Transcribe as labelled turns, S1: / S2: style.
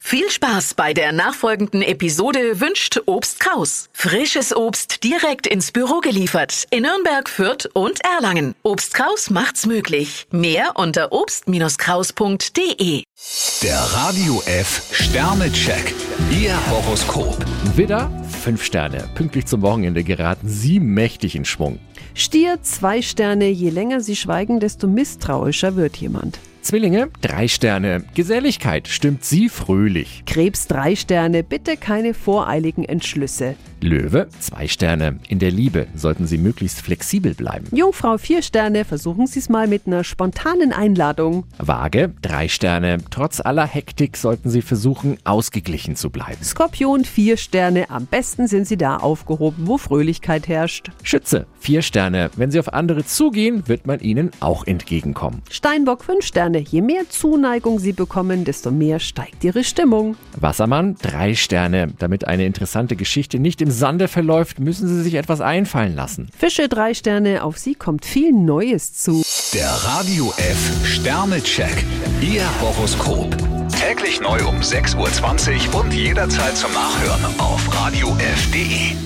S1: Viel Spaß bei der nachfolgenden Episode wünscht Obst Kraus. Frisches Obst direkt ins Büro geliefert in Nürnberg, Fürth und Erlangen. Obst Kraus macht's möglich. Mehr unter obst-kraus.de.
S2: Der Radio F Sternecheck. Ihr Horoskop.
S3: Widder, 5 Sterne. Pünktlich zum Wochenende geraten Sie mächtig in Schwung.
S4: Stier, zwei Sterne, je länger Sie schweigen, desto misstrauischer wird jemand.
S3: Zwillinge, 3 Sterne. Geselligkeit stimmt Sie fröhlich.
S4: Krebs, drei Sterne, bitte keine voreiligen Entschlüsse.
S3: Löwe, 2 Sterne. In der Liebe sollten Sie möglichst flexibel bleiben.
S4: Jungfrau, vier Sterne, versuchen Sie es mal mit einer spontanen Einladung.
S3: Waage, 3 Sterne. Trotz aller Hektik sollten Sie versuchen, ausgeglichen zu bleiben.
S4: Skorpion, vier Sterne, am besten sind Sie da aufgehoben, wo Fröhlichkeit herrscht.
S3: Schütze, 4 Sterne. Wenn Sie auf andere zugehen, wird man Ihnen auch entgegenkommen.
S4: Steinbock, fünf Sterne, je mehr Zuneigung Sie bekommen, desto mehr steigt Ihre Stimmung.
S3: Wassermann, 3 Sterne. Damit eine interessante Geschichte nicht im Sande verläuft, müssen Sie sich etwas einfallen lassen.
S4: Fische, drei Sterne, auf Sie kommt viel Neues zu.
S2: Der Radio F Sternecheck. Ihr Horoskop. Täglich neu um 6.20 Uhr und jederzeit zum Nachhören auf Radio radiof.de.